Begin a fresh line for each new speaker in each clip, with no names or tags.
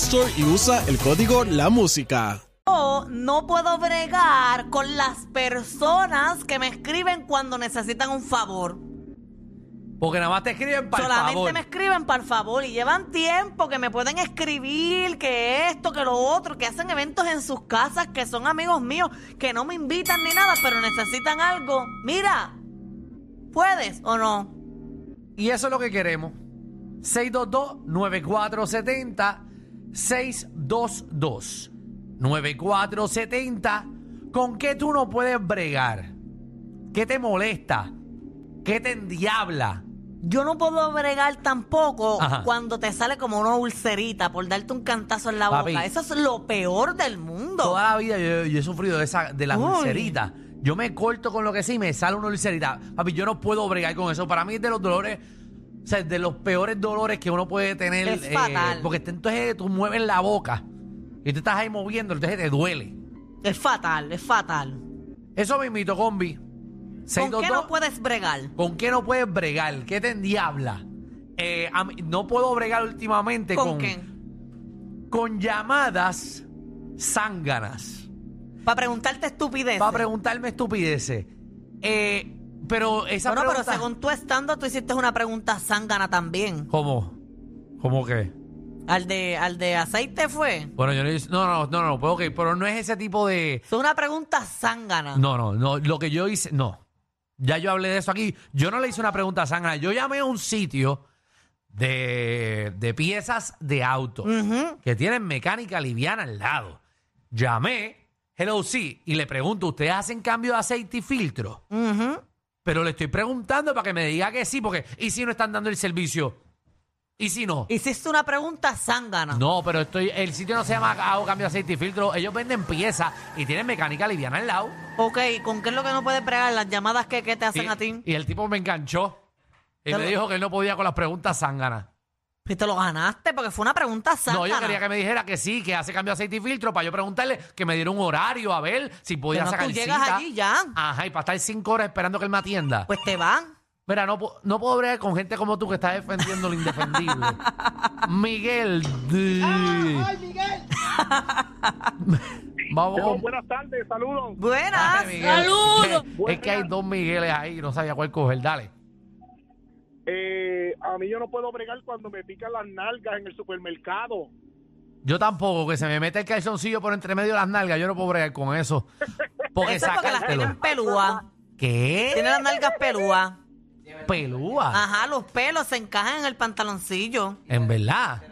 Store y usa el código La Música.
Yo no puedo bregar con las personas que me escriben cuando necesitan un favor.
Porque nada más te escriben para el
Solamente
favor.
me escriben por favor y llevan tiempo que me pueden escribir, que esto, que lo otro, que hacen eventos en sus casas, que son amigos míos, que no me invitan ni nada, pero necesitan algo. Mira, ¿puedes o no?
Y eso es lo que queremos. 622-9470. 622-9470. ¿Con qué tú no puedes bregar? ¿Qué te molesta? ¿Qué te endiabla?
Yo no puedo bregar tampoco
Ajá.
cuando te sale como una ulcerita por darte un cantazo en la boca.
Papi.
Eso es lo peor del mundo.
Toda la vida yo, yo he sufrido de, esa, de las
Uy.
ulceritas. Yo me corto con lo que sí, me sale una ulcerita. Papi, yo no puedo bregar con eso. Para mí es de los dolores, o sea, de los peores dolores que uno puede tener. eh,
Es fatal.
Porque te- entonces tú mueves la boca y tú estás ahí moviendo, entonces te duele.
Es fatal, es fatal.
Eso me invito, combi.
¿Con qué
622.
no puedes bregar?
¿Con qué no puedes bregar? ¿Qué te endiabla? Eh, a mí- no puedo bregar últimamente
¿Con
con,
qué?
con llamadas zánganas.
Para preguntarte estupideces.
Para preguntarme estupideces. Eh, pero esa
bueno, pero
pregunta-
según tú estando, tú hiciste una pregunta zángana también.
¿Cómo? ¿Cómo qué?
Al de, al de aceite fue.
Bueno, yo no hice- No, no, no, no, pues, ok, pero no es ese tipo de...
Es una pregunta zángana.
No, no, no, lo que yo hice... No, ya yo hablé de eso aquí. Yo no le hice una pregunta sangra. Yo llamé a un sitio de, de piezas de auto
Ujú.
que tienen mecánica liviana al lado. Llamé, hello, sí, y le pregunto, ¿ustedes hacen cambio de aceite y filtro?
Ujú.
Pero le estoy preguntando para que me diga que sí, porque ¿y si no están dando el servicio? ¿Y si no?
Hiciste una pregunta zángana.
No, pero estoy, el sitio no se llama Hago Cambio de Aceite y Filtro. Ellos venden piezas y tienen mecánica liviana al lado.
Ok, ¿con qué es lo que no puedes bregar? Las llamadas que, que te hacen
Y,
a ti.
y el tipo me enganchó y
Te
me
lo-
dijo que él no podía con las preguntas zánganas.
Y te lo ganaste porque fue una pregunta
No,
zángana.
yo quería que me dijera que sí, que hace cambio de aceite y filtro para yo preguntarle que me diera un horario a ver si podía
Pero Pues no,
sacar
tú llegas
cita.
allí ya.
Ajá, y para estar cinco horas esperando que él me atienda.
Pues te van.
Mira, no, pu- no puedo bregar con gente como tú que está defendiendo lo indefendible. Miguel. ¡Ay, Miguel! Vamos
Hello,
con...
buenas tardes, saludos.
Buenas.
Miguel. Es que hay dos Migueles ahí, no sabía cuál coger, dale.
Eh, a mí yo no puedo bregar cuando me pican las nalgas en el supermercado.
Yo tampoco, que se me mete el calzoncillo por entre medio de las nalgas, yo no puedo bregar con eso. Porque
Eso es porque las
sacártelo.
tienen pelúas.
¿Qué?
Tienen las nalgas pelúas.
Pelúa.
Ajá, los pelos se encajan en el pantaloncillo.
En verdad.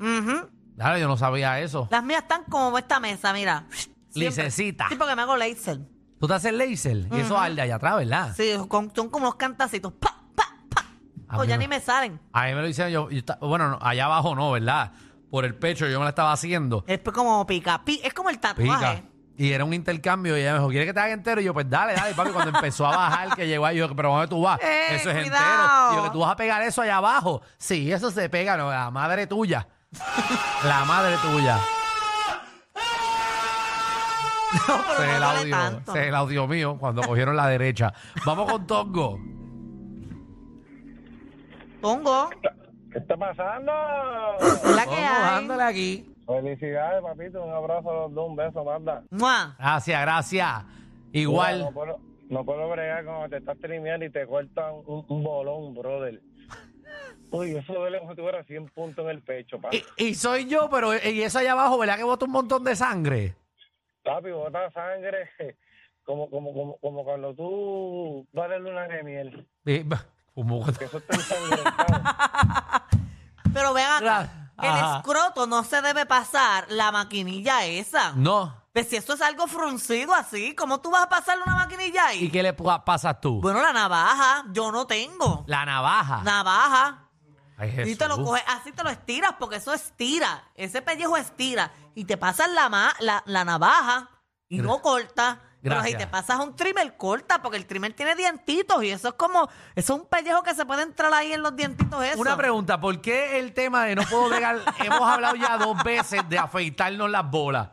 Ujú.
Dale, yo no sabía eso.
Las mías están como esta mesa, mira. Siempre.
Licecita.
Sí, porque me hago laser.
Tú te haces laser y eso arde allá atrás, ¿verdad?
Sí, con- son como unos cantacitos. Pa, pa, pa.
A
Pues
mí
ya
no.
ni me salen.
A mí me lo hicieron yo. yo esta- bueno, no, allá abajo no, ¿verdad? Por el pecho yo me la estaba haciendo.
Es pues como pica. pi- es como el tatuaje.
Pica. Y era un intercambio y ella me dijo, ¿quieres que te haga entero? Y yo, pues dale, dale, papi. Cuando empezó a bajar, que llegó ahí, yo, pero ¿dónde tú vas?
Eh,
eso es
cuidado.
entero. Y yo, que tú vas a pegar eso allá abajo. Sí, eso se pega, no, la madre tuya. la madre tuya.
pero
Ese
no
es el
duele
audio,
tanto.
ese es el audio mío cuando cogieron la derecha. Vamos con Tongo.
Pongo.
¿Qué está pasando?
La que
Tongo,
hay.
dándole aquí.
Felicidades, papito. Un abrazo a los dos, un beso, manda.
Mua.
Gracias, gracias. Igual.
No puedo, no puedo bregar cuando te estás trimeando y te cortan un, un bolón, brother.
Uy, eso duele como si tuviera 100 puntos en el pecho, papi.
Y, y soy yo, pero y eso allá abajo, ¿verdad que bota un montón de sangre?
Papi, bota sangre como, como, como, como cuando tú vas de luna de miel.
Y- como-
Que eso está ensangrentado.
Pero vean
Claro.
acá, el
Ajá.
escroto no se debe pasar la maquinilla esa.
no.
Pues si eso es algo fruncido así, ¿cómo tú vas a pasarle una maquinilla ahí?
¿Y qué le pu- pasas tú?
Bueno, la navaja, yo no tengo.
La navaja.
Navaja.
Ay,
Y te lo
Ah. Jesús.
coges, así te lo estiras, porque eso estira. Ese pellejo estira. Y te pasas la, ma- la, la navaja y
Gra-
no corta. Pero si
Gracias.
te pasas un trimmer, corta, porque el trimmer tiene dientitos y eso es como. Eso es un pellejo que se puede entrar ahí en los dientitos. Eso.
Una pregunta, ¿por qué el tema de no puedo bregar? hemos hablado ya dos veces de afeitarnos las bolas.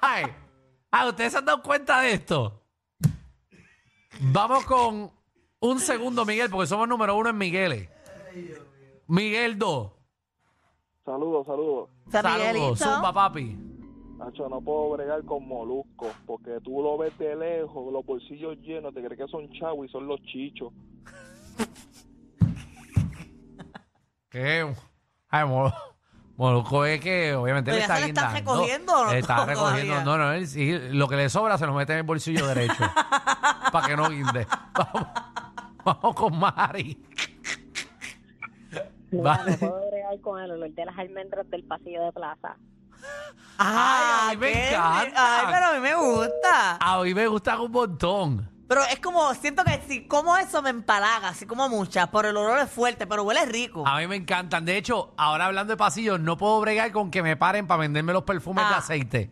Ay, ah, ¿ustedes se han dado cuenta de esto? Vamos con un segundo, Miguel, porque somos número uno en Migueles. Miguel 2.
Saludos, saludos.
O sea, Miguelito,
Saludos, zumba, papi.
Nacho, no puedo bregar con moluscos, porque tú lo ves de lejos, los bolsillos llenos, te crees que son chavos y son los chichos.
¿Qué? Ay, Mol- Molusco es que obviamente
Pero
le
ya
está
se le están
guindando.
recogiendo, ¿o no?
Le está recogiendo.
Todavía.
No, no, él sí, lo que le sobra se lo mete en el bolsillo derecho. para que no guinde. Vamos, vamos con Mari.
Mira,
Vale.
no puedo bregar con el olor de las almendras del pasillo de plaza.
Ah,
Ay, a mí me
qué bien.
encanta.
Ay, pero a mí me gusta.
A mí me gustan un montón.
Pero es como, siento que si como eso me empalaga, así como muchas, por el olor es fuerte, pero huele rico.
A mí me encantan. De hecho, ahora hablando de pasillos, no puedo bregar con que me paren para venderme los perfumes de
Ah.
aceite.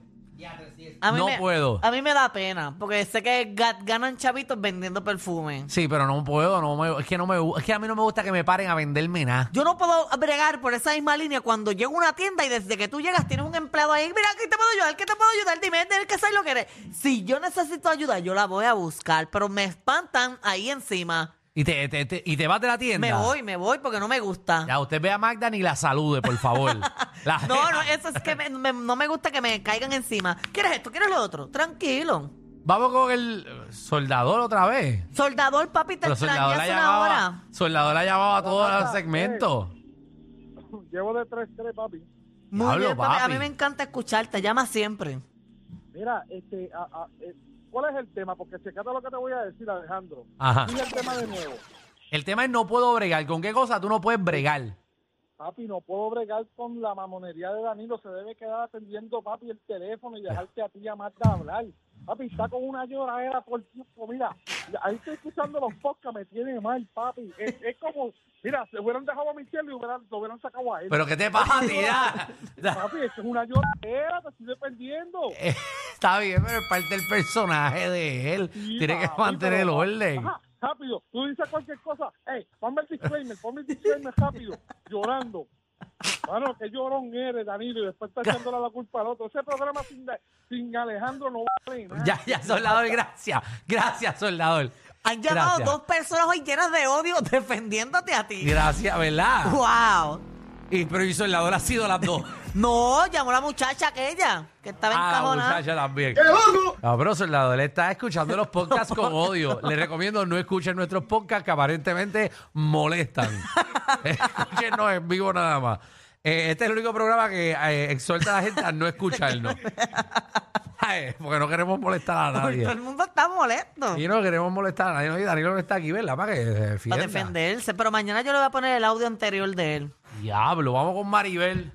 A mí
no
me-
puedo.
A mí me da pena, porque sé que ga- ganan chavitos vendiendo perfume.
Sí, pero no puedo. No me- es, que no me, gu- es que a mí no me gusta que me paren a venderme nada.
Yo no puedo bregar por esa misma línea cuando llego a una tienda y desde que tú llegas tienes un empleado ahí, mira, ¿qué te puedo ayudar? ¿Qué te puedo ayudar? Dime, dime qué sabes lo que eres. Si yo necesito ayuda, yo la voy a buscar, pero me espantan ahí encima.
Y te, te- te- y te vas de la tienda.
Me voy, me voy, porque no me gusta.
Ya, usted ve a Magda ni la salude, por favor. La-
No, no, eso es que me- me- no me gusta que me caigan encima. ¿Quieres esto? ¿Quieres lo otro? Tranquilo.
Vamos con el eh, soldador otra vez.
Soldador, papi, te
Pero soldador
extrañé
la
hace una hora.
llamaba. Soldador la llamaba a todos los segmentos.
Llevo de 3-3, papi.
Muy
Diablo,
bien, papi. A
papi.
mí me encanta escucharte, llama siempre.
Mira, este, a- a- eh, ¿cuál es el tema? Porque checate lo que te voy a decir, Alejandro.
Ajá.
Dime el tema de nuevo.
El tema es no puedo bregar. ¿Con qué cosa tú no puedes bregar?
Papi, no puedo bregar con la mamonería de Danilo. Se debe quedar atendiendo, papi, el teléfono y dejarte a ti llamar a hablar. Papi, está con una lloradera por el tiempo. Mira, ahí estoy escuchando los podcasts, me tiene mal, papi. Es, es como, mira, se hubieran dejado a mi cielo y hubieran, lo hubieran sacado a él.
¿Pero qué te pasa, tía?
Papi, eso es una lloradera, te estoy dependiendo.
Eh, Está bien, pero es parte del personaje de él.
Sí,
Tiene que
papi,
mantener el
pero-
orden.
Ajá, rápido, tú dices cualquier cosa. Ey, ponme el disclaimer, ponme el disclaimer rápido, llorando. Mano, que llorón eres, Danilo, y después está echándole la culpa al otro. Ese programa sin, Da- sin Alejandro no vale nada.
Ya, ya, soldador, gracias. Gracias, soldador.
Han llamado
Gracias.
dos personas hoy llenas de odio defendiéndote a ti.
Gracias, ¿verdad?
¡Wow!
Y, pero y soldador ha sido las dos.
No, llamó la muchacha aquella que estaba
Ah, la
encajonada.
muchacha también. No, pero soldado, él está escuchando los podcasts con odio. Le recomiendo no escuchen nuestros podcasts que aparentemente molestan. Escúchenos en vivo nada más. Eh, este es el único programa que eh, exhorta a la gente a no escucharnos. Ay, porque no queremos molestar a
Todo el
nadie.
mundo está molesto
Y no queremos molestar a nadie. No, Y Danilo no está aquí, ¿verdad? Para que se defienda.
para defenderse. Pero mañana yo le voy a poner el audio anterior de él.
Diablo, vamos con Maribel.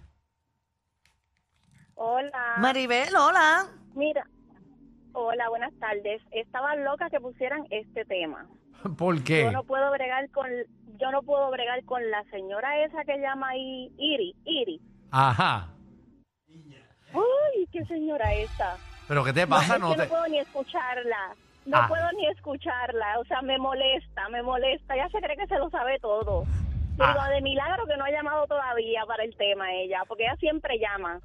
Hola.
Maribel, hola.
Mira. Hola, buenas tardes. Estaba loca que pusieran este tema.
¿Por qué?
Yo no puedo bregar con yo no puedo bregar con la señora esa que llama ahí Iri, Iri.
Ajá.
Uy, qué señora esa.
¿Pero qué te pasa?
no, es
No te...
que no puedo ni escucharla. No
Ah.
puedo ni escucharla, o sea, me molesta, me molesta. Ya se cree que se lo sabe todo.
Ah.
Digo, de milagro que no ha llamado todavía para
Ah,
el tema ella, porque ella siempre llama.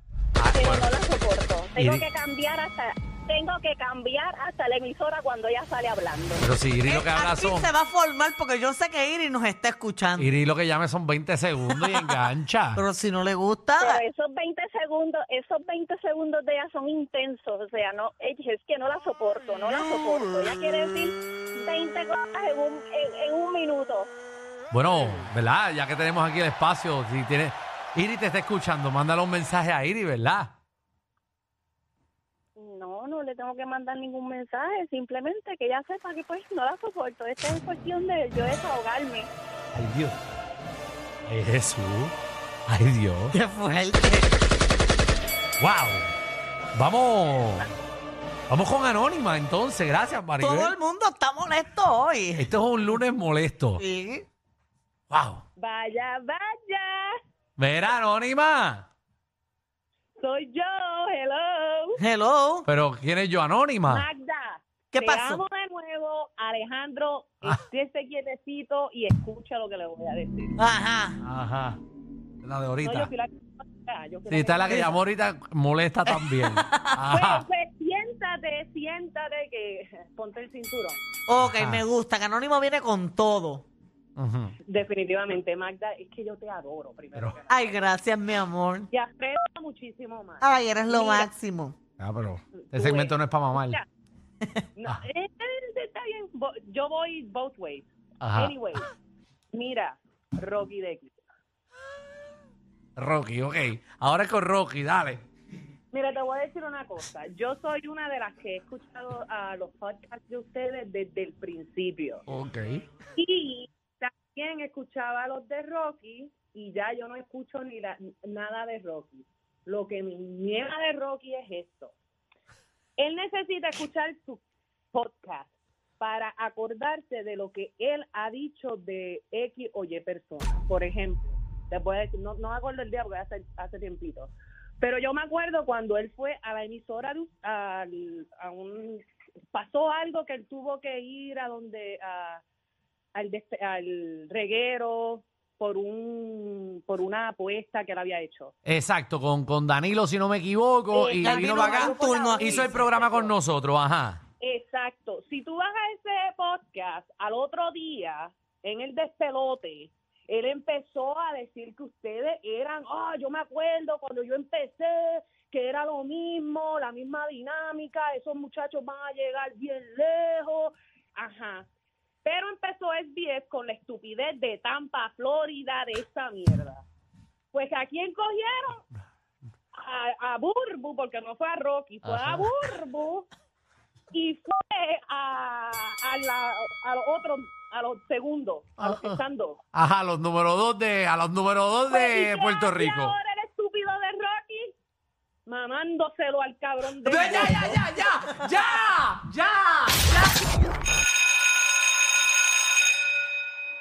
pero no la soporto. Tengo
Iri-
que cambiar hasta tengo que cambiar hasta la emisora cuando ella sale hablando.
Pero si Iri lo que habla
Eh, Aquí
son.
se va a formar porque yo sé que Iri nos está escuchando.
Iri lo que llame son 20 segundos y engancha.
Pero si no le gusta,
Ah.
Pero esos 20 segundos, esos 20 segundos de ella son intensos, o sea, no, es que no la soporto, no la soporto. Ella quiere decir 20 cosas en un, en, en un minuto.
Bueno, ¿verdad? Ya que tenemos aquí el espacio, si tiene. Iri te está escuchando, mándale un mensaje a Iri, ¿verdad?
No, no le tengo que mandar ningún mensaje, simplemente que ella sepa que pues no la soporto. Esta es cuestión de yo desahogarme.
Ay, Dios. Ay, Jesús. Ay, Dios.
qué fuerte.
¡Wow! Vamos. Vamos con Anónima, entonces. Gracias, Maribel.
Todo el mundo está molesto hoy.
Esto es un lunes molesto.
Sí.
¡Wow!
Vaya, vaya,
Mira, Anónima.
soy yo, hello.
Hello.
Pero, ¿quién es yo, Anónima?
Magda,
¿Qué
te
pasó?
amo de nuevo, Alejandro,
Ah.
estése quietecito y escucha lo que le voy a decir.
Ajá.
Ajá. La de
No, yo
ahorita.
fui la que- yo fui
Sí, está la que llamó ahorita, molesta también. Ajá.
Pues, pues, siéntate, siéntate, que ponte el cinturón.
Ok,
Ajá.
me gusta, que Anónimo viene con todo.
Ujú.
Definitivamente, Magda, es que yo te adoro primero.
Pero-
que nada.
Ay, gracias, mi amor.
Y aprecio muchísimo más.
Ay, eres lo
Mira.
máximo.
Ah, pero este segmento no es para mamar.
Escucha. No,
Ah.
eh, está bien, bo- yo voy both ways.
Ajá.
Anyway, mira, Rocky X.
Rocky, ok. Ahora es con Rocky, dale.
Mira, te voy a decir una cosa. Yo soy una de las que he escuchado a los podcasts de ustedes desde el principio.
Ok.
Y también escuchaba los de Rocky y ya yo no escucho ni la- nada de Rocky. Lo que me niega de Rocky es esto. Él necesita escuchar su podcast para acordarse de lo que él ha dicho de X o Y persona. Por ejemplo, les voy a decir, no, no me acuerdo el día porque hace, hace tiempito. Pero yo me acuerdo cuando él fue a la emisora, de u- al- a un, pasó algo que él tuvo que ir a donde, a, al, despe- al reguero por un por una apuesta que él había hecho. Eh,
Exacto, con, con Danilo, si no me equivoco.
Sí,
y
él
vino
vino
para
con
acá.
un turno aquí.
Hizo el programa con nosotros, ajá.
Exacto. Si tú vas a ese podcast al otro día en el despelote, él empezó a decir que ustedes eran, ah, yo me acuerdo cuando yo empecé que era lo mismo, la misma dinámica, esos muchachos van a llegar bien lejos, ajá. Pero empezó SBS con la estupidez de Tampa, Florida, de esta mierda. Pues a quién cogieron? A, a Burbu, porque no fue a Rocky, fue
Ajá.
a Burbu y fue a, a, la, a los otros, a los segundos, a los que
Ajá.
están dos.
Ajá, los número dos de, a los número dos
Pues, ¿y
de
qué
Puerto
hace
Rico.
Ahora el estúpido de Rocky mamándoselo al cabrón de.
¡Ya, ya, ya, ya! ¡Ya! ¡Ya!